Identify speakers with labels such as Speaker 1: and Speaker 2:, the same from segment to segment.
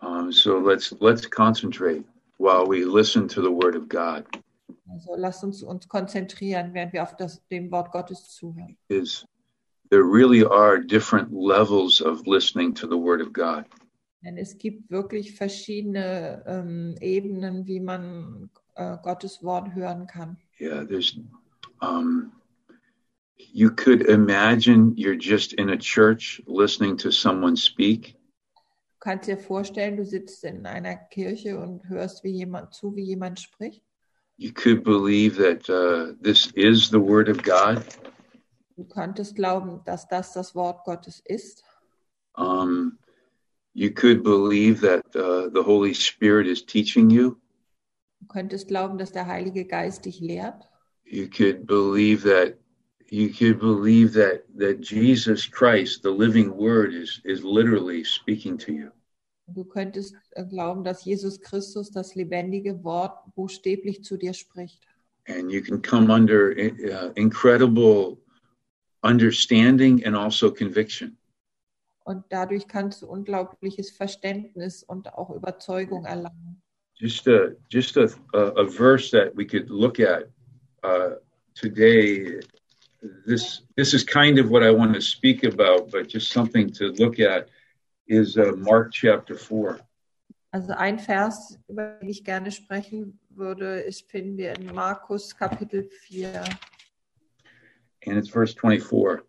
Speaker 1: Um, so let's let's concentrate while we listen to the Word of God.
Speaker 2: Also lasst uns uns konzentrieren, während wir auf das, dem Wort Gottes zuhören.
Speaker 1: Is there really are different levels of listening to the Word of God?
Speaker 2: Denn es gibt wirklich verschiedene ähm, Ebenen, wie man äh, Gottes Wort hören kann.
Speaker 1: Yeah, there's. Um, you could imagine you're just in a church listening to someone speak,
Speaker 2: Du kannst dir vorstellen, du sitzt in einer Kirche und hörst wie jemand zu, wie jemand spricht.
Speaker 1: you could believe that uh, this is the word of God.
Speaker 2: Du könntest glauben, dass das das Wort Gottes ist.
Speaker 1: Um, you could believe that uh, the Holy Spirit is teaching you.
Speaker 2: Du könntest glauben, dass der Heilige Geist dich lehrt.
Speaker 1: You could believe that you could believe that that Jesus Christ, the living Word, is is literally speaking to you.
Speaker 2: Und Du könntest äh, glauben, dass Jesus Christus das lebendige Wort buchstäblich zu dir spricht.
Speaker 1: and you can come under uh, incredible understanding and also conviction.
Speaker 2: Und dadurch kannst du unglaubliches Verständnis und auch Überzeugung erlangen.
Speaker 1: Just a just a a, a verse that we could look at uh, today. This this is kind of what I want to speak about, but just something to look at is uh, Mark chapter four.
Speaker 2: Also ein Vers, über den ich gerne sprechen würde, ist, finden wir in Markus Kapitel 4.
Speaker 1: And it's verse 24.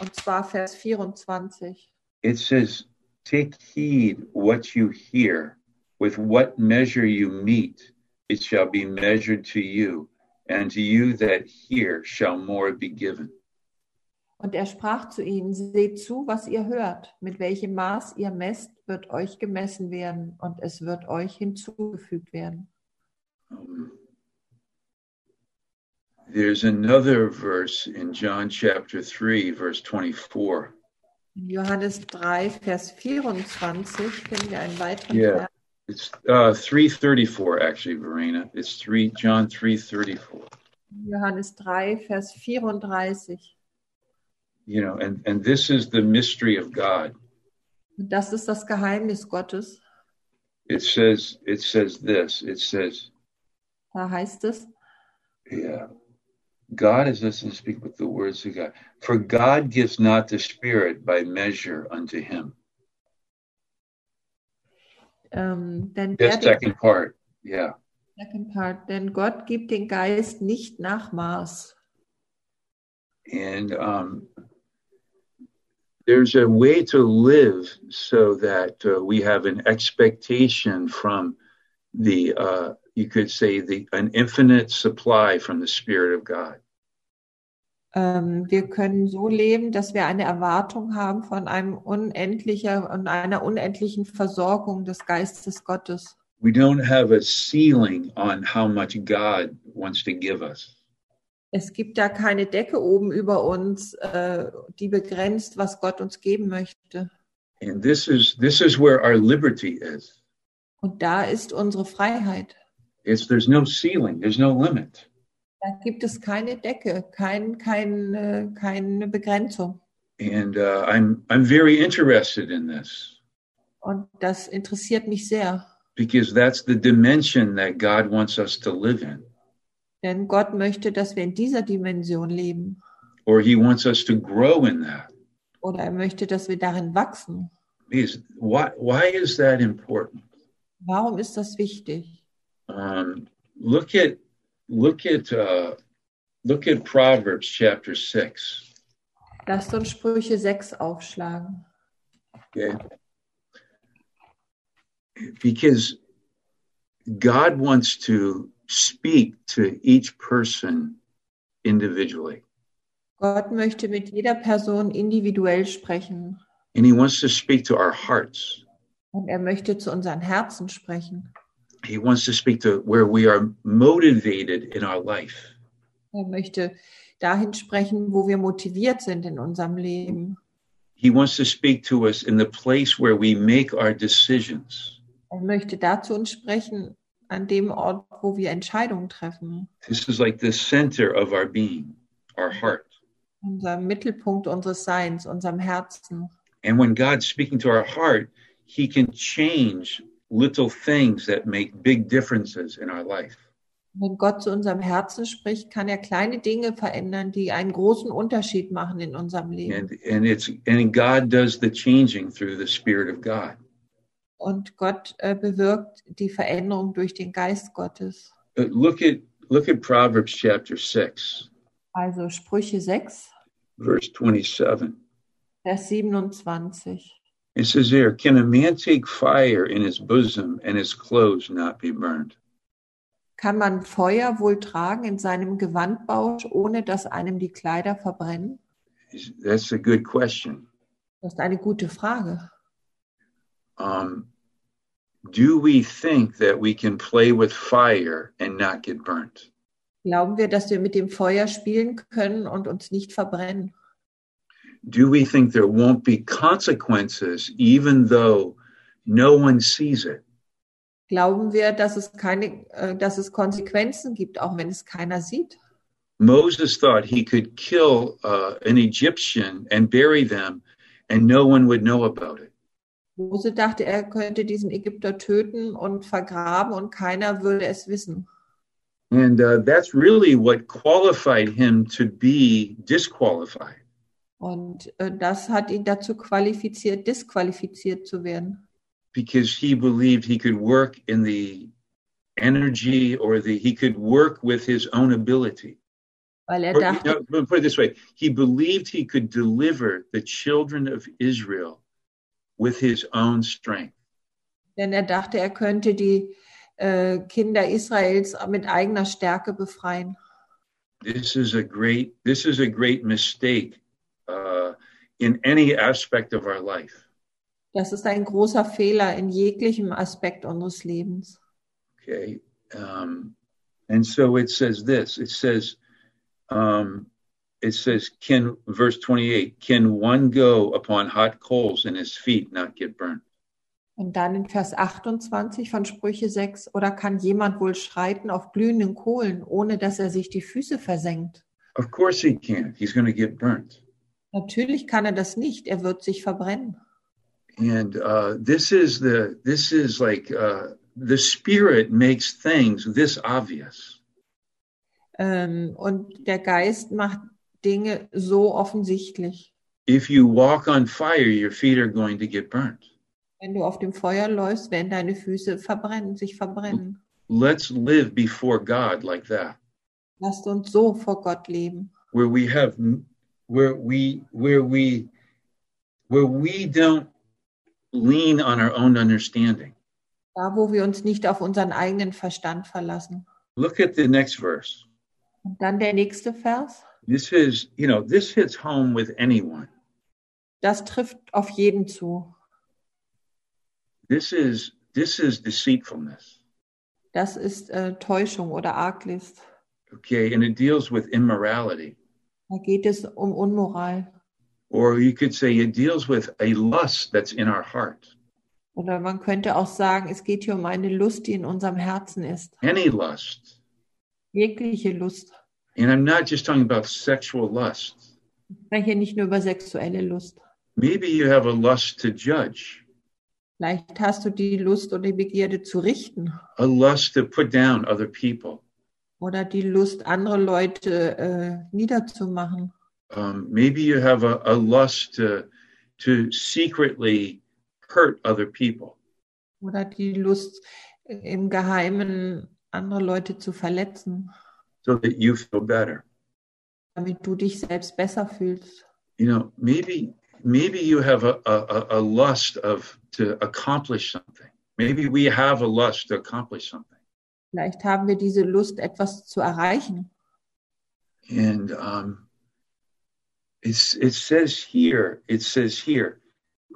Speaker 2: Und zwar Vers 24.
Speaker 1: It says, Take heed what you hear. With what measure you meet, it shall be measured to you, and to you that hear shall more be given.
Speaker 2: Und er sprach zu ihnen, seht zu, was ihr hört. Mit welchem Maß ihr messt, wird euch gemessen werden und es wird euch hinzugefügt werden.
Speaker 1: Um, there's another verse in John chapter 3, verse 24.
Speaker 2: In Johannes 3, Vers 24 finden wir einen weiteren
Speaker 1: Ja.
Speaker 2: Vers.
Speaker 1: It's uh, 334, actually, Verena. It's 3, John 334.
Speaker 2: In Johannes 3, Vers 34.
Speaker 1: You know, and, and this is the mystery of God.
Speaker 2: Und das ist das Geheimnis Gottes.
Speaker 1: It says, it says this, it says,
Speaker 2: Da heißt es,
Speaker 1: Yeah. God is listening to speak with the words of God. For God gives not the Spirit by measure unto him.
Speaker 2: ähm, denn,
Speaker 1: This
Speaker 2: der, den-
Speaker 1: second part. Yeah.
Speaker 2: second part, denn Gott gibt den Geist nicht nach Maß.
Speaker 1: And um, there's a way to live so that uh, we have an expectation from the, uh, you could say, the an infinite supply from the Spirit of God.
Speaker 2: Ähm, wir können so leben, dass wir eine Erwartung haben von einem unendlicher und einer unendlichen Versorgung des Geistes Gottes.
Speaker 1: We don't have a ceiling on how much God wants to give us.
Speaker 2: Es gibt da keine Decke oben über uns, äh, die begrenzt, was Gott uns geben möchte.
Speaker 1: And this is this is where our liberty is.
Speaker 2: Und da ist unsere Freiheit.
Speaker 1: It's there's no ceiling, there's no limit.
Speaker 2: Da gibt es keine Decke, kein, keine, keine Begrenzung.
Speaker 1: And uh, I'm I'm very interested in this
Speaker 2: Und das interessiert mich sehr,
Speaker 1: because that's the dimension that God wants us to live in,
Speaker 2: denn Gott möchte, dass wir in dieser Dimension leben.
Speaker 1: or He wants us to grow in that.
Speaker 2: Oder er möchte, dass wir darin wachsen.
Speaker 1: Because why why is that important?
Speaker 2: Warum ist das wichtig?
Speaker 1: Um, look at look at uh, look at Proverbs chapter six.
Speaker 2: Lasst uns Sprüche 6 aufschlagen.
Speaker 1: Okay. Because God wants to speak to each person individually,
Speaker 2: Gott möchte mit jeder Person individuell sprechen
Speaker 1: and He wants to speak to our hearts.
Speaker 2: und er möchte zu unseren Herzen sprechen.
Speaker 1: He wants to speak to where we are motivated in our life.
Speaker 2: Er möchte dahin sprechen, wo wir motiviert sind in unserem Leben.
Speaker 1: He wants to speak to us in the place where we make our decisions
Speaker 2: Er möchte da zu uns sprechen, an dem Ort, wo wir Entscheidungen treffen.
Speaker 1: this is like the center of our being our heart
Speaker 2: Unser Mittelpunkt unseres Seins, unserem Herzen.
Speaker 1: and when god's speaking to our heart he can change little things that make big differences in our life.
Speaker 2: Wenn Gott zu unserem Herzen spricht, kann er kleine Dinge verändern, die einen großen Unterschied machen in unserem Leben.
Speaker 1: And, and it's and God does the changing through the Spirit of God.
Speaker 2: Und Gott äh, bewirkt die Veränderung durch den Geist Gottes.
Speaker 1: But look at look at Proverbs chapter six,
Speaker 2: Also Sprüche 6,
Speaker 1: verse twenty-seven.
Speaker 2: Vers 27.
Speaker 1: It says here, Can a man take fire in his bosom and his clothes not be burned?
Speaker 2: Kann man Feuer wohl tragen in seinem Gewandbausch, ohne dass einem die Kleider verbrennen?
Speaker 1: That's a good question.
Speaker 2: Das ist eine gute Frage.
Speaker 1: Um, do we think that we can play with fire and not get burnt?
Speaker 2: Glauben wir, dass wir mit dem Feuer spielen können und uns nicht verbrennen?
Speaker 1: Do we think there won't be consequences even though no one sees it?
Speaker 2: Glauben wir, dass es keine, äh, dass es Konsequenzen gibt, auch wenn es keiner sieht?
Speaker 1: Moses thought he could kill uh, an Egyptian and bury them, and no one would know about it.
Speaker 2: Mose dachte, er könnte diesen Ägypter töten und vergraben und keiner würde es wissen.
Speaker 1: And uh, that's really what qualified him to be disqualified.
Speaker 2: Und äh, das hat ihn dazu qualifiziert, disqualifiziert zu werden,
Speaker 1: because he believed he could work in the energy or the he could work with his own ability.
Speaker 2: weil er
Speaker 1: Or, you
Speaker 2: dachte,
Speaker 1: know, let me put it this way: he believed he could deliver the children of Israel with his own strength.
Speaker 2: denn er dachte, er könnte die äh, Kinder Israels mit eigener Stärke befreien.
Speaker 1: This is a great this is a great mistake uh, in any aspect of our life.
Speaker 2: Das ist ein großer Fehler in jeglichem Aspekt unseres Lebens.
Speaker 1: Okay. Um, and so it says this it says, um, it says, can, verse 28, can one go upon hot coals and his feet not get burnt?
Speaker 2: Und dann in Vers 28 von Sprüche 6, oder kann jemand wohl schreiten auf glühenden Kohlen, ohne dass er sich die Füße versenkt?
Speaker 1: Of course he can. He's going to get burnt.
Speaker 2: Natürlich kann er das nicht, er wird sich verbrennen.
Speaker 1: And uh, this is the, this is like uh, the Spirit makes things this obvious.
Speaker 2: Ähm, und der Geist macht Dinge so offensichtlich.
Speaker 1: If you walk on fire, your feet are going to get burnt.
Speaker 2: Wenn du auf dem Feuer läufst, werden deine Füße verbrennen, sich verbrennen.
Speaker 1: Let's live before God like that.
Speaker 2: Lasst uns so vor Gott leben,
Speaker 1: where we have where we where we where we don't lean on our own understanding
Speaker 2: da wo wir uns nicht auf unseren eigenen Verstand verlassen.
Speaker 1: look at the next verse
Speaker 2: Und dann der nächste Vers.
Speaker 1: this is you know this hits home with anyone
Speaker 2: Das trifft auf jeden zu.
Speaker 1: this is this is deceitfulness
Speaker 2: Das ist äh, Täuschung oder Arglist.
Speaker 1: okay and it deals with immorality
Speaker 2: Da geht es um Unmoral.
Speaker 1: or you could say it deals with a lust that's in our heart
Speaker 2: Oder man könnte auch sagen, es geht hier um eine Lust, die in unserem Herzen ist.
Speaker 1: any lust
Speaker 2: Jegliche Lust.
Speaker 1: and i'm not just talking about sexual lust
Speaker 2: Ich spreche nicht nur über sexuelle Lust.
Speaker 1: maybe you have a lust to judge
Speaker 2: Vielleicht hast du die Lust oder die Begierde zu richten
Speaker 1: a lust to put down other people
Speaker 2: oder die Lust, andere Leute äh, niederzumachen.
Speaker 1: um, maybe you have a, a lust to to secretly hurt other people
Speaker 2: oder die Lust, äh, im Geheimen andere Leute zu verletzen,
Speaker 1: so that you feel better
Speaker 2: damit du dich selbst besser fühlst.
Speaker 1: you know maybe maybe you have a, a, a- a lust of to accomplish something maybe we have a lust to accomplish something
Speaker 2: Vielleicht haben wir diese Lust, etwas zu erreichen.
Speaker 1: and um, it's it says here it says here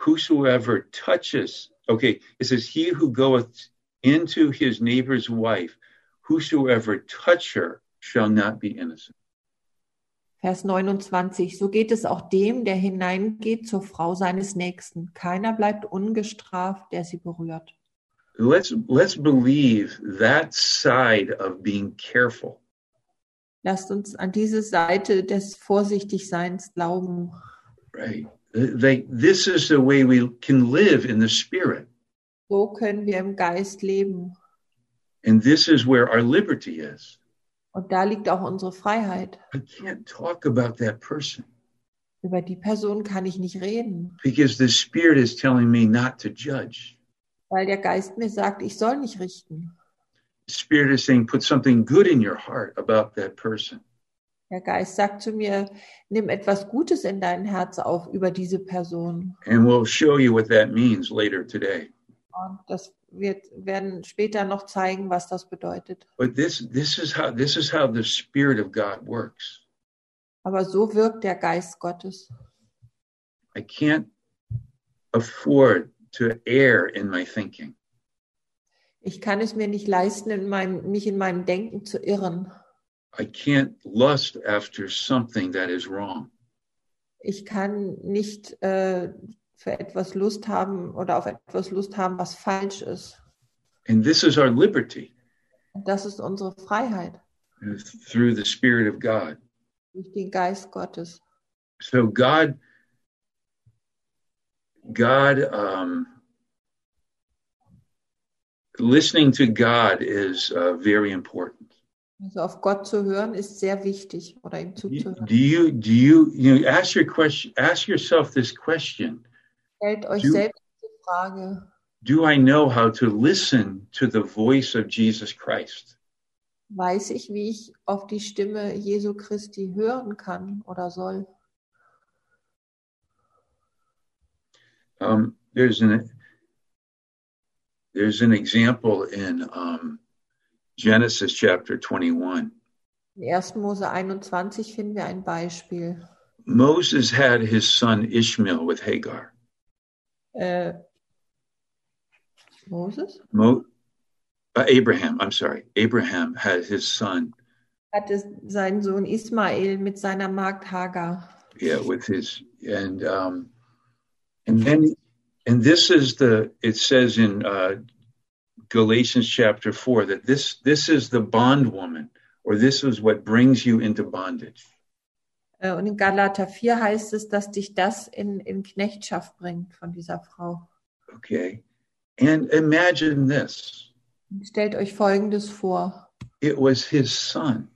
Speaker 1: whosoever touches okay it says he who goeth into his neighbor's wife whosoever touch her shall not be innocent
Speaker 2: Vers 29. So geht es auch dem, der hineingeht zur Frau seines Nächsten. Keiner bleibt ungestraft, der sie berührt.
Speaker 1: let's let's believe that side of being careful
Speaker 2: Lasst uns an diese Seite des Vorsichtigseins glauben.
Speaker 1: right like this is the way we can live in the spirit
Speaker 2: So können wir im Geist leben.
Speaker 1: and this is where our liberty is
Speaker 2: Und da liegt auch unsere Freiheit.
Speaker 1: i can't talk about that person
Speaker 2: Über die Person kann ich nicht reden,
Speaker 1: because the spirit is telling me not to judge
Speaker 2: weil der Geist mir sagt, ich soll nicht richten.
Speaker 1: the spirit is saying put something good in your heart about that person
Speaker 2: Der Geist sagt zu mir, nimm etwas Gutes in dein Herz auf über diese Person.
Speaker 1: and we'll show you what that means later today
Speaker 2: Und das wird, werden später noch zeigen, was das bedeutet.
Speaker 1: but this this is how this is how the spirit of god works
Speaker 2: Aber so wirkt der Geist Gottes.
Speaker 1: i can't afford to err in my thinking
Speaker 2: Ich kann es mir nicht leisten, in meinem, mich in meinem Denken zu irren.
Speaker 1: i can't lust after something that is wrong
Speaker 2: Ich kann nicht äh, für etwas Lust haben oder auf etwas Lust haben, was falsch ist.
Speaker 1: and this is our liberty
Speaker 2: Und das ist unsere Freiheit
Speaker 1: uh, through the spirit of god
Speaker 2: durch den Geist Gottes.
Speaker 1: so god god um listening to god is uh, very important
Speaker 2: Also auf Gott zu hören ist sehr wichtig oder ihm zuzuhören.
Speaker 1: do you do you you know, ask your question ask yourself this question
Speaker 2: Stellt euch
Speaker 1: Du-
Speaker 2: selbst die Frage,
Speaker 1: do i know how to listen to the voice of jesus christ
Speaker 2: weiß ich, wie ich auf die Stimme Jesu Christi hören kann oder soll?
Speaker 1: um, there's an there's an example in um, genesis chapter 21
Speaker 2: In 1. Mose 21 finden wir ein Beispiel.
Speaker 1: moses had his son ishmael with hagar
Speaker 2: Äh, Moses
Speaker 1: Mo, uh, Abraham, I'm sorry. Abraham had his son,
Speaker 2: hatte seinen Sohn Ismael mit seiner Magd Hagar.
Speaker 1: yeah, with his and um, and then and this is the it says in uh, Galatians chapter four that this this is the bondwoman or this is what brings you into bondage.
Speaker 2: Äh, Und in Galater 4 heißt es, dass dich das in, in Knechtschaft bringt von dieser Frau.
Speaker 1: Okay, and imagine this:
Speaker 2: Und Stellt euch Folgendes vor.
Speaker 1: it was his son.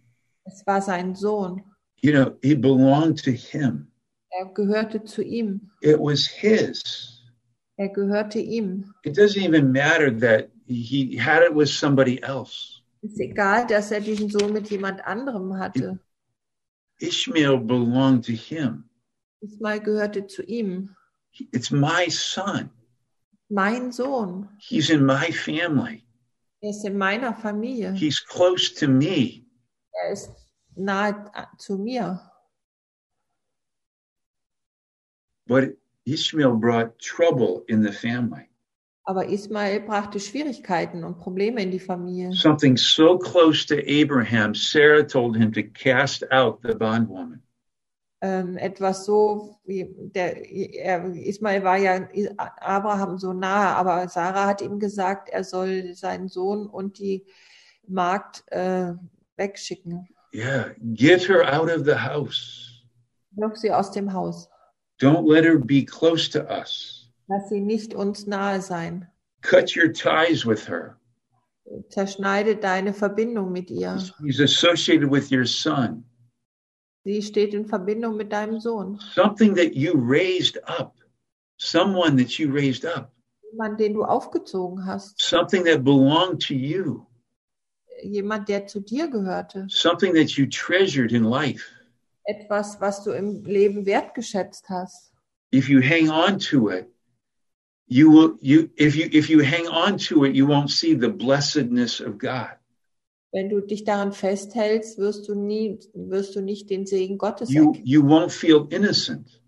Speaker 2: Es war sein Sohn.
Speaker 1: You know, he belonged to him.
Speaker 2: Er gehörte zu ihm.
Speaker 1: It was his.
Speaker 2: Er gehörte ihm.
Speaker 1: it doesn't even matter that he had it with somebody else.
Speaker 2: Ist egal, dass er diesen Sohn mit jemand anderem hatte.
Speaker 1: Ishmael belonged to him.
Speaker 2: Ismael gehörte zu ihm.
Speaker 1: It's my son.
Speaker 2: Mein Sohn.
Speaker 1: He's in my family.
Speaker 2: Er ist in meiner Familie.
Speaker 1: He's close to me.
Speaker 2: Er ist nahe zu mir.
Speaker 1: But Ishmael brought trouble in the family.
Speaker 2: Aber Ismael brachte Schwierigkeiten und Probleme in die Familie.
Speaker 1: Something so close to Abraham, Sarah told him to cast out the bondwoman.
Speaker 2: Ähm, etwas so, wie der, er, Ismael war ja I- Abraham so nahe, aber Sarah hat ihm gesagt, er soll seinen Sohn und die Magd äh, wegschicken.
Speaker 1: Yeah, get her out of the house.
Speaker 2: Wirf sie aus dem Haus.
Speaker 1: Don't let her be close to us.
Speaker 2: Lass sie nicht uns nahe sein.
Speaker 1: Cut your ties with her.
Speaker 2: Zerschneide deine Verbindung mit ihr.
Speaker 1: He's associated with your son.
Speaker 2: Sie steht in Verbindung mit deinem Sohn.
Speaker 1: something that you raised up, someone that you raised up,
Speaker 2: Jemand, den du aufgezogen hast.
Speaker 1: something that belonged to you,
Speaker 2: Jemand, der zu dir gehörte.
Speaker 1: something that you treasured in life.
Speaker 2: etwas, was du im Leben wertgeschätzt hast.
Speaker 1: If you hang on to it, you will you if you if you hang on to it, you won't see the blessedness of God.
Speaker 2: Wenn du dich daran festhältst, wirst du nie, wirst du nicht den Segen Gottes
Speaker 1: You
Speaker 2: erkennen.
Speaker 1: you won't feel innocent.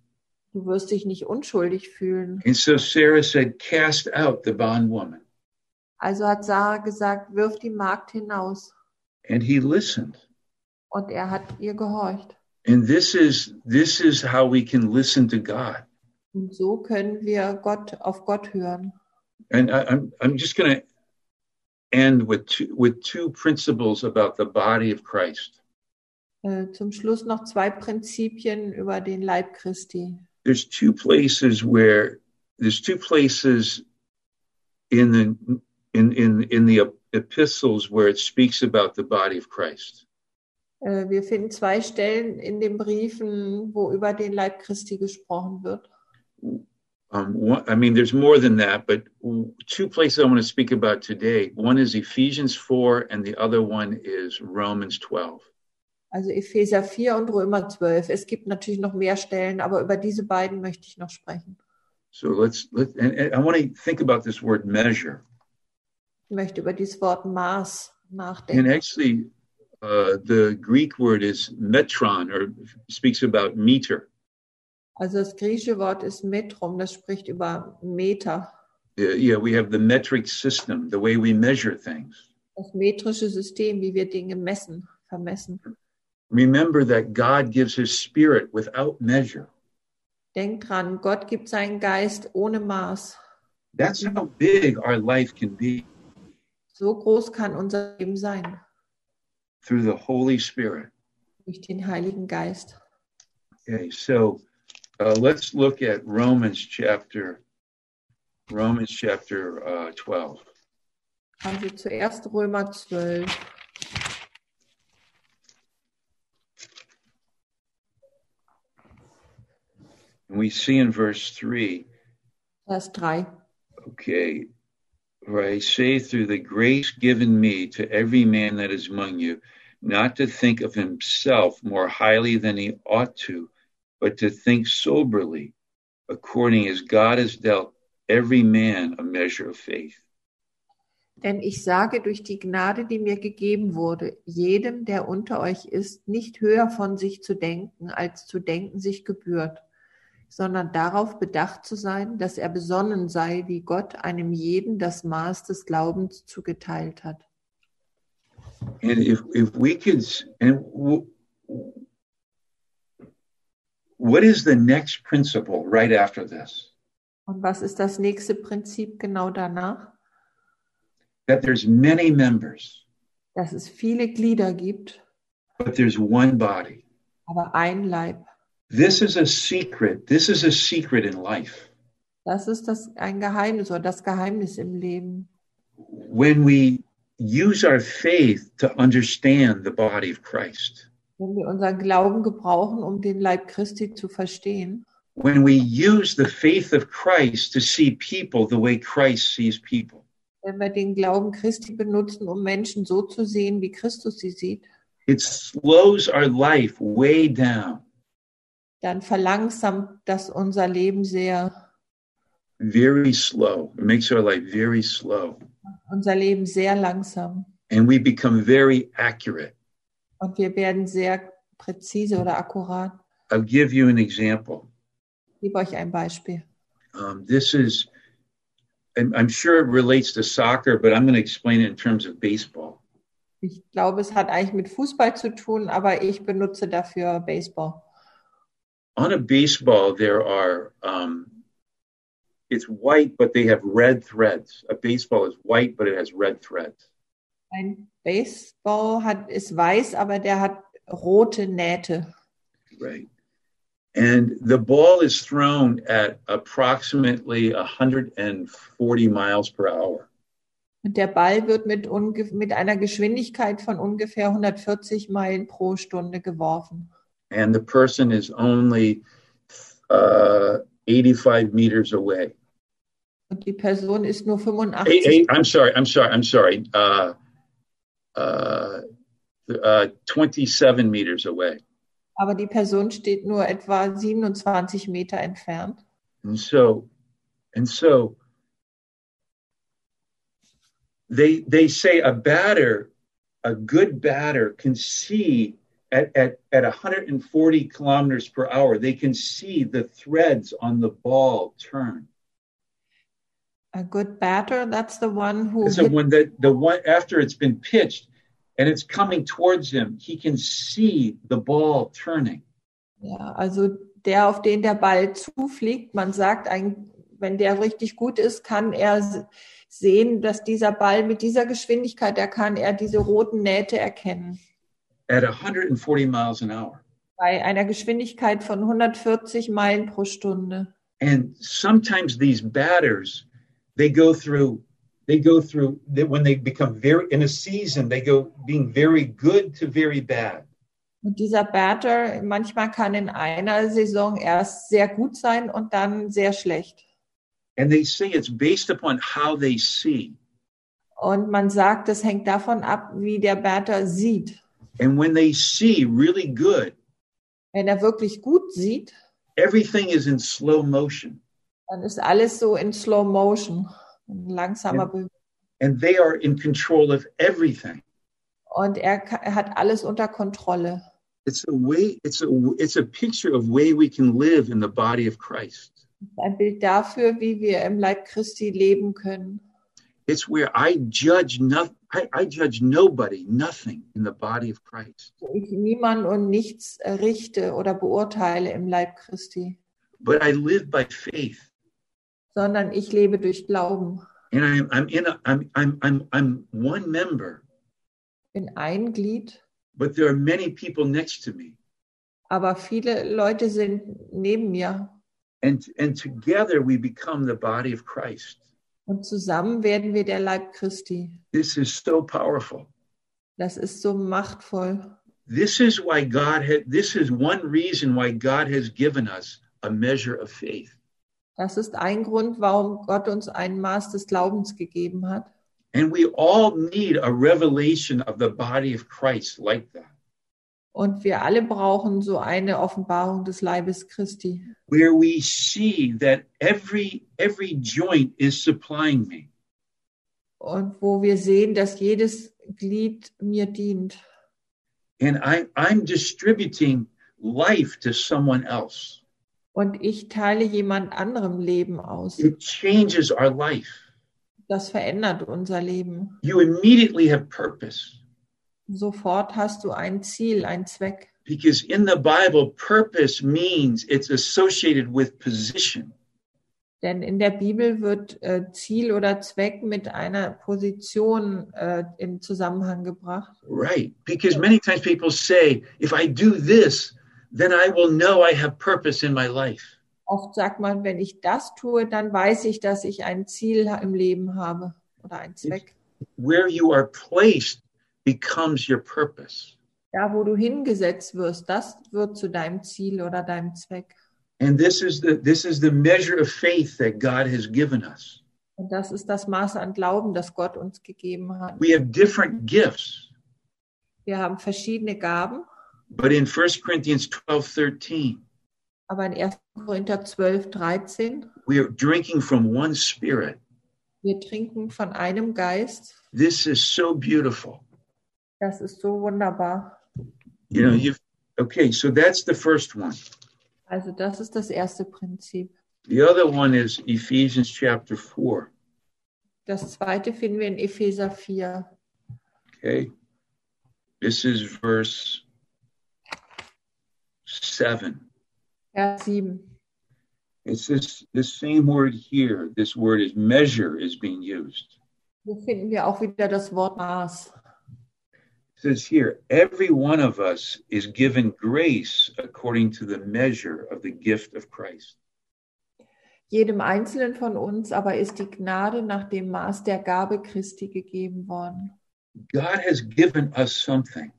Speaker 2: Du wirst dich nicht unschuldig fühlen.
Speaker 1: And so Sarah said, Cast out the bondwoman.
Speaker 2: Also hat Sarah gesagt, wirf die Magd hinaus.
Speaker 1: And he listened.
Speaker 2: Und er hat ihr gehorcht.
Speaker 1: And this is this is how we can listen to God.
Speaker 2: Und so können wir Gott auf Gott hören.
Speaker 1: And I, I'm I'm just going to end with two, with two principles about the body of Christ.
Speaker 2: Äh, Zum Schluss noch zwei Prinzipien über den Leib Christi.
Speaker 1: there's two places where there's two places in the in in in the epistles where it speaks about the body of Christ.
Speaker 2: Äh, Wir finden zwei Stellen in den Briefen, wo über den Leib Christi gesprochen wird.
Speaker 1: Um, one, I mean, there's more than that, but two places I want to speak about today. One is Ephesians four, and the other one is Romans twelve.
Speaker 2: Also Epheser 4 und Römer 12. Es gibt natürlich noch mehr Stellen, aber über diese beiden möchte ich noch sprechen.
Speaker 1: So let's let and, and I want to think about this word measure.
Speaker 2: Ich möchte über dieses Wort Maß nachdenken.
Speaker 1: And actually, uh, the Greek word is metron, or speaks about meter.
Speaker 2: Also das griechische Wort ist Metrum, das spricht über Meter.
Speaker 1: Yeah, Uh, yeah, we have the metric system, the way we measure things.
Speaker 2: Das metrische System, wie wir Dinge messen, vermessen.
Speaker 1: Remember that God gives His Spirit without measure.
Speaker 2: Denkt dran, Gott gibt seinen Geist ohne Maß.
Speaker 1: That's how big our life can be
Speaker 2: So groß kann unser Leben sein
Speaker 1: through the Holy Spirit.
Speaker 2: durch den Heiligen Geist.
Speaker 1: Okay, so uh, let's look at Romans chapter Romans chapter uh, twelve.
Speaker 2: Haben wir zuerst Römer 12.
Speaker 1: And we see in verse three
Speaker 2: Vers 3.
Speaker 1: Okay. For I say, through the grace given me to every man that is among you, not to think of himself more highly than he ought to, but to think soberly, according as God has dealt every man a measure of faith.
Speaker 2: Denn ich sage durch die Gnade, die mir gegeben wurde, jedem, der unter euch ist, nicht höher von sich zu denken, als zu denken sich gebührt, sondern darauf bedacht zu sein, dass er besonnen sei, wie Gott einem jeden das Maß des Glaubens zugeteilt hat.
Speaker 1: And if, if we could, s- and w- what is the next principle right after this?
Speaker 2: Und was ist das nächste Prinzip genau danach?
Speaker 1: That there's many members,
Speaker 2: Dass es viele Glieder gibt,
Speaker 1: but there's one body.
Speaker 2: aber ein Leib.
Speaker 1: This is a secret. This is a secret in life.
Speaker 2: Das ist das, ein Geheimnis oder das Geheimnis im Leben.
Speaker 1: When we use our faith to understand the body of Christ,
Speaker 2: Wenn wir unseren Glauben gebrauchen, um den Leib Christi zu verstehen,
Speaker 1: when we use the faith of Christ to see people the way Christ sees people,
Speaker 2: wenn wir den Glauben Christi benutzen, um Menschen so zu sehen, wie Christus sie sieht,
Speaker 1: it slows our life way down.
Speaker 2: dann verlangsamt das unser Leben sehr,
Speaker 1: Very slow. It makes our life very slow.
Speaker 2: unser Leben sehr langsam.
Speaker 1: And we become very accurate.
Speaker 2: Und wir werden sehr präzise oder akkurat.
Speaker 1: I'll give you an example.
Speaker 2: Ich gebe euch ein Beispiel.
Speaker 1: Um, this is, I'm, I'm sure it relates to soccer, but I'm going to explain it in terms of baseball.
Speaker 2: Ich glaube, es hat eigentlich mit Fußball zu tun, aber ich benutze dafür Baseball.
Speaker 1: On a baseball, there are, um, it's white, but they have red threads. A baseball is white, but it has red threads.
Speaker 2: Ein Baseball hat, ist weiß, aber der hat rote Nähte.
Speaker 1: Right. And the ball is thrown at approximately 140 miles per hour.
Speaker 2: Und der Ball wird mit, unge- mit einer Geschwindigkeit von ungefähr 140 Meilen pro Stunde geworfen.
Speaker 1: And the person is only uh, 85 meters away.
Speaker 2: Und die Person ist nur
Speaker 1: Eight,
Speaker 2: 85,
Speaker 1: eight, I'm sorry. I'm sorry. I'm sorry. Uh, uh, uh, 27 meters away.
Speaker 2: aber die Person steht nur etwa 27 Meter entfernt.
Speaker 1: And so, and so they they say a batter, a good batter can see at, at, at 140 kilometers per hour, they can see the threads on the ball turn.
Speaker 2: A good batter, that's the one who
Speaker 1: And so
Speaker 2: hit,
Speaker 1: when the, the one after it's been pitched and it's coming towards him, he can see the ball turning.
Speaker 2: ja, also der, auf den der Ball zufliegt. Man sagt, ein, wenn der richtig gut ist, kann er s- sehen, dass dieser Ball mit dieser Geschwindigkeit, da kann er diese roten Nähte erkennen.
Speaker 1: at 140 miles an hour.
Speaker 2: bei einer Geschwindigkeit von 140 Meilen pro Stunde.
Speaker 1: And sometimes these batters, they go through, they go through that when they become very in a season, they go being very good to very bad.
Speaker 2: Und dieser Batter, manchmal kann in einer Saison erst sehr gut sein und dann sehr schlecht.
Speaker 1: And they say it's based upon how they see.
Speaker 2: Und man sagt, das hängt davon ab, wie der Batter sieht.
Speaker 1: And when they see really good,
Speaker 2: Wenn er wirklich gut sieht,
Speaker 1: everything is in slow motion.
Speaker 2: dann ist alles so in Slow Motion, in langsamer Bewegung.
Speaker 1: And they are in control of everything.
Speaker 2: Und er, ka- er hat alles unter Kontrolle.
Speaker 1: It's a way, it's a it's a picture of way we can live in the body of Christ.
Speaker 2: Ein Bild dafür, wie wir im Leib Christi leben können.
Speaker 1: It's where I judge nothing I, I judge nobody, nothing in the body of Christ.
Speaker 2: wo ich niemand und nichts richte oder beurteile im Leib Christi,
Speaker 1: But I live by faith.
Speaker 2: sondern ich lebe durch Glauben.
Speaker 1: And I'm I'm in a I'm I'm I'm I'm one member,
Speaker 2: Bin ein Glied,
Speaker 1: but there are many people next to me.
Speaker 2: aber viele Leute sind neben mir.
Speaker 1: And and together we become the body of Christ.
Speaker 2: Und zusammen werden wir der Leib Christi.
Speaker 1: This is so powerful.
Speaker 2: Das ist so machtvoll.
Speaker 1: This is why God had this is one reason why God has given us a measure of faith.
Speaker 2: Das ist ein Grund, warum Gott uns ein Maß des Glaubens gegeben hat.
Speaker 1: And we all need a revelation of the body of Christ like that,
Speaker 2: Und wir alle brauchen so eine Offenbarung des Leibes Christi,
Speaker 1: where we see that every every joint is supplying me.
Speaker 2: und wo wir sehen, dass jedes Glied mir dient.
Speaker 1: And I, I'm distributing life to someone else.
Speaker 2: und ich teile jemand anderem Leben aus.
Speaker 1: It changes our life.
Speaker 2: Das verändert unser Leben.
Speaker 1: You immediately have purpose
Speaker 2: Sofort hast du ein Ziel, einen Zweck.
Speaker 1: because in the Bible, purpose means it's associated with position.
Speaker 2: Denn in der Bibel wird äh, Ziel oder Zweck mit einer Position äh, in Zusammenhang gebracht.
Speaker 1: Right. Because many times people say, if I do this, then I will know I have purpose in my life.
Speaker 2: Oft sagt man, wenn ich das tue, dann weiß ich, dass ich ein Ziel ha- im Leben habe oder einen Zweck.
Speaker 1: where you are placed becomes your purpose.
Speaker 2: Da, wo du hingesetzt wirst, das wird zu deinem Ziel oder deinem Zweck.
Speaker 1: And this is the this is the measure of faith that God has given us.
Speaker 2: Und das ist das Maß an Glauben, das Gott uns gegeben hat.
Speaker 1: We have different gifts,
Speaker 2: Wir haben verschiedene Gaben.
Speaker 1: but in 1 Corinthians 12, 13,
Speaker 2: Aber in 1. Korinther 12, 13,
Speaker 1: we are drinking from one spirit.
Speaker 2: wir trinken von einem Geist.
Speaker 1: This is so beautiful.
Speaker 2: Das ist so wunderbar.
Speaker 1: You know, you've okay, so that's the first one.
Speaker 2: Also das ist das erste Prinzip.
Speaker 1: The other one is Ephesians chapter 4.
Speaker 2: Das zweite finden wir in Epheser 4.
Speaker 1: Okay. This is verse 7.
Speaker 2: Vers 7.
Speaker 1: It's this, this same word here. This word is measure is being used.
Speaker 2: Hier finden wir auch wieder das Wort Maß.
Speaker 1: It says here, every one of us is given grace according to the measure of the gift of Christ.
Speaker 2: Jedem Einzelnen von uns aber ist die Gnade nach dem Maß der Gabe Christi gegeben worden.
Speaker 1: God has given us something.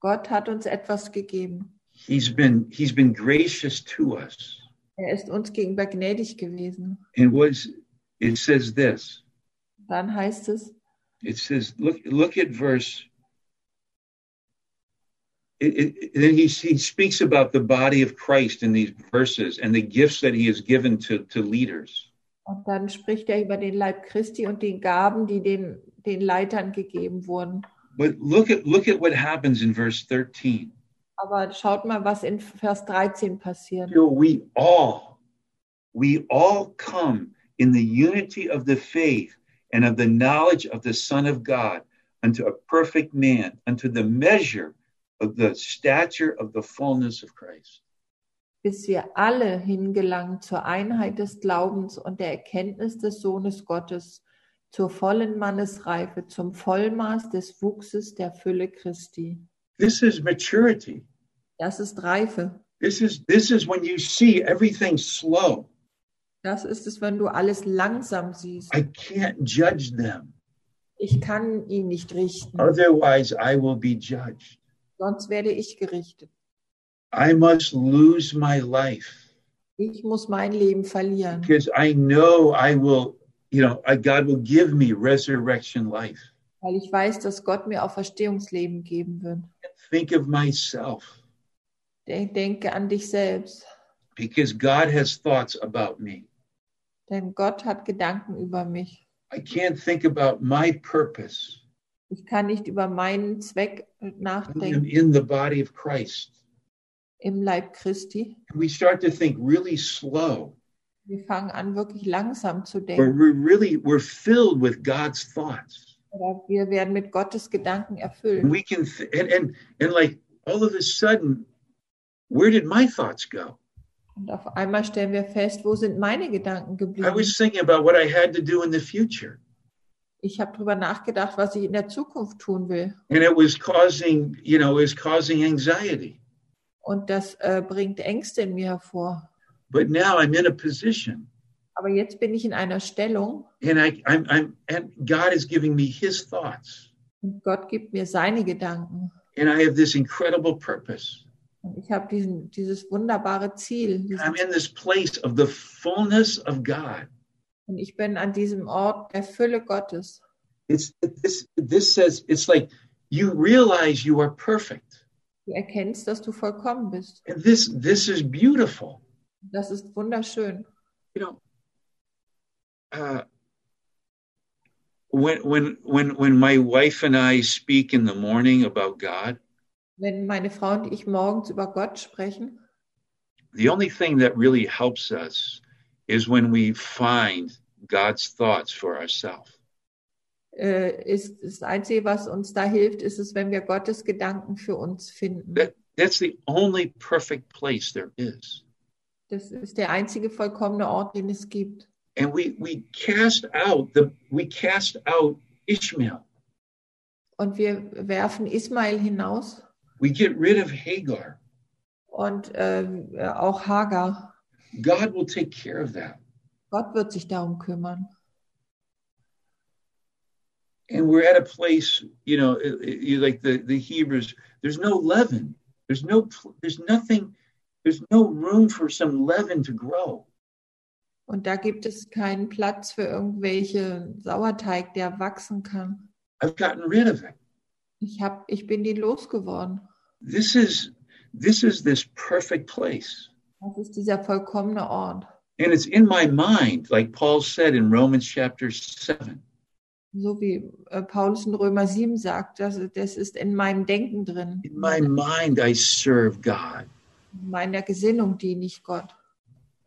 Speaker 2: Gott hat uns etwas gegeben.
Speaker 1: He's been He's been gracious to us.
Speaker 2: Er ist uns gegenüber gnädig gewesen.
Speaker 1: And was it says this.
Speaker 2: Dann heißt es,
Speaker 1: It says, look look at verse. It, it, it- then he, he speaks about the body of Christ in these verses and the gifts that he has given to, to leaders.
Speaker 2: Und dann spricht er über den Leib Christi und den Gaben, die den, den Leitern gegeben wurden.
Speaker 1: But look at look at what happens in verse 13.
Speaker 2: Aber schaut mal, was in Vers 13 passiert.
Speaker 1: You know, we all we all come in the unity of the faith and of the knowledge of the Son of God unto a perfect man, unto the measure of the stature of the fullness of Christ.
Speaker 2: Bis wir alle hingelangen zur Einheit des Glaubens und der Erkenntnis des Sohnes Gottes, zur vollen Mannesreife, zum Vollmaß des Wuchses der Fülle Christi.
Speaker 1: This is maturity.
Speaker 2: Das ist Reife.
Speaker 1: This is this is when you see everything slow.
Speaker 2: Das ist es, wenn du alles langsam siehst.
Speaker 1: I can't judge them.
Speaker 2: Ich kann ihn nicht richten,
Speaker 1: Otherwise, I will be judged.
Speaker 2: sonst werde ich gerichtet.
Speaker 1: I must lose my life
Speaker 2: Ich muss mein Leben verlieren,
Speaker 1: because I know I will, you know, I, God will give me resurrection life.
Speaker 2: weil ich weiß, dass Gott mir auch Verstehungsleben geben wird.
Speaker 1: Think of myself
Speaker 2: De- Denke an dich selbst,
Speaker 1: because God has thoughts about me.
Speaker 2: denn Gott hat Gedanken über mich.
Speaker 1: I can't think about my purpose.
Speaker 2: Ich kann nicht über meinen Zweck
Speaker 1: I am
Speaker 2: nachdenken
Speaker 1: in the body of Christ.
Speaker 2: im Leib Christi.
Speaker 1: We start to think really slow,
Speaker 2: Wir fangen an, wirklich langsam zu
Speaker 1: where
Speaker 2: denken.
Speaker 1: we're really we're filled with God's thoughts.
Speaker 2: Oder wir werden mit Gottes Gedanken
Speaker 1: And
Speaker 2: erfüllt.
Speaker 1: we can th- and and and like all of a sudden, where did my thoughts go?
Speaker 2: Und auf einmal stellen wir fest, wo sind meine Gedanken
Speaker 1: I
Speaker 2: geblieben?
Speaker 1: was thinking about what I had to do in the future,
Speaker 2: Ich habe darüber nachgedacht, was ich in der Zukunft tun will.
Speaker 1: and it was causing you know it was causing anxiety.
Speaker 2: Und das äh, bringt Ängste in mir hervor.
Speaker 1: But now I'm in a position,
Speaker 2: Aber jetzt bin ich in einer Stellung
Speaker 1: and I I'm I'm and God is giving me His thoughts,
Speaker 2: und Gott gibt mir seine Gedanken.
Speaker 1: and I have this incredible purpose.
Speaker 2: Und ich habe diesen, dieses wunderbare Ziel.
Speaker 1: And
Speaker 2: Dieses,
Speaker 1: I'm in this place of the fullness of God.
Speaker 2: und ich bin an diesem Ort der Fülle Gottes.
Speaker 1: It's this this says it's like you realize you are perfect.
Speaker 2: Du erkennst, dass du vollkommen bist.
Speaker 1: And this this is beautiful.
Speaker 2: Das ist wunderschön.
Speaker 1: You know uh when when when when my wife and I speak in the morning about God,
Speaker 2: Wenn meine Frau und ich morgens über Gott sprechen,
Speaker 1: the only thing that really helps us is when we find God's thoughts for ourselves.
Speaker 2: äh, ist das Einzige, was uns da hilft, ist es, wenn wir Gottes Gedanken für uns finden.
Speaker 1: That that's the only perfect place there is.
Speaker 2: Das ist der einzige vollkommene Ort, den es gibt.
Speaker 1: and we we cast out the we cast out Ishmael.
Speaker 2: Und wir werfen Ismael hinaus
Speaker 1: We get rid of Hagar.
Speaker 2: und ähm, auch Hagar.
Speaker 1: God will take care of that.
Speaker 2: Gott wird sich darum kümmern.
Speaker 1: And we're at a place, you know, it- it- you like the the Hebrews. There's no leaven. There's no pl- there's nothing. There's no room for some leaven to grow.
Speaker 2: Und da gibt es keinen Platz für irgendwelche Sauerteig, der wachsen kann.
Speaker 1: I've gotten rid of it.
Speaker 2: Ich, hab, ich bin die losgeworden.
Speaker 1: This is this is this perfect place.
Speaker 2: Das ist dieser vollkommene Ort.
Speaker 1: And it's in my mind, like Paul said in Romans chapter seven.
Speaker 2: So wie äh, Paulus in Römer 7 sagt, das, das ist in meinem Denken drin.
Speaker 1: In my mind, I serve God.
Speaker 2: In meiner Gesinnung diene ich Gott.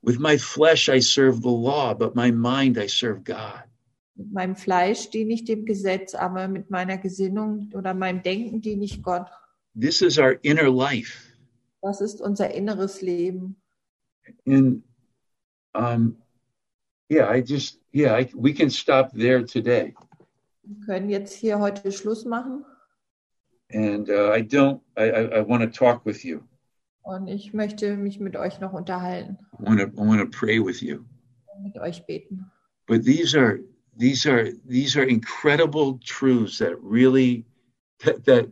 Speaker 1: With my flesh I serve the law, but my mind I serve God.
Speaker 2: Mit meinem Fleisch diene ich dem Gesetz, aber mit meiner Gesinnung oder meinem Denken diene ich Gott.
Speaker 1: This is our inner life.
Speaker 2: Das ist unser inneres Leben.
Speaker 1: And um yeah, I just yeah, I, we can stop there today.
Speaker 2: Wir können jetzt hier heute Schluss machen
Speaker 1: And uh, I don't I I, I want to talk with you.
Speaker 2: und ich möchte mich mit euch noch unterhalten,
Speaker 1: I want to I want to pray with you.
Speaker 2: mit euch beten.
Speaker 1: But these are these are these are incredible truths that really that that,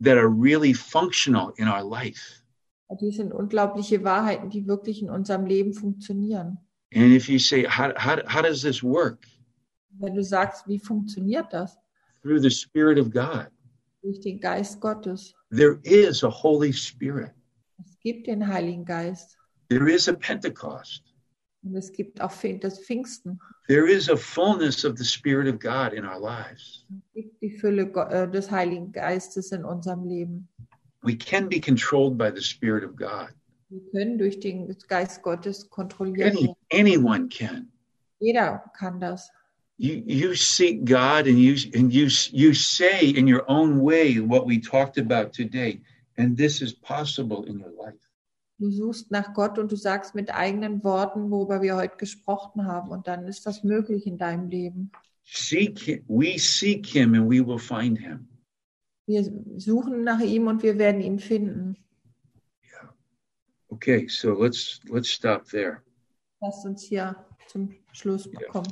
Speaker 1: that are really functional in our life.
Speaker 2: Die sind unglaubliche Wahrheiten, die wirklich in unserem Leben funktionieren.
Speaker 1: And if you say how how how does this work
Speaker 2: Wenn du sagst, wie funktioniert das?
Speaker 1: through the spirit of God?
Speaker 2: Durch den Geist Gottes.
Speaker 1: there is a Holy Spirit.
Speaker 2: Es gibt den Heiligen Geist
Speaker 1: There is a Pentecost.
Speaker 2: und es gibt auch Pfing- das Pfingsten.
Speaker 1: There is a fullness of the Spirit of God in our lives.
Speaker 2: Es gibt die Fülle Go- äh, des Heiligen Geistes in unserem Leben.
Speaker 1: We can be controlled by the Spirit of God.
Speaker 2: Wir können durch den Geist Gottes kontrolliert
Speaker 1: Any,
Speaker 2: werden.
Speaker 1: anyone can.
Speaker 2: Jeder kann das.
Speaker 1: You, you seek God and you and you you say in your own way what we talked about today, and this is possible in your life.
Speaker 2: Du suchst nach Gott und du sagst mit eigenen Worten, worüber wir heute gesprochen haben. Und dann ist das möglich in deinem Leben.
Speaker 1: Seek him, we seek Him and we will find Him.
Speaker 2: Wir suchen nach ihm und wir werden ihn finden.
Speaker 1: Okay, so let's let's stop there.
Speaker 2: Lasst uns hier zum Schluss kommen.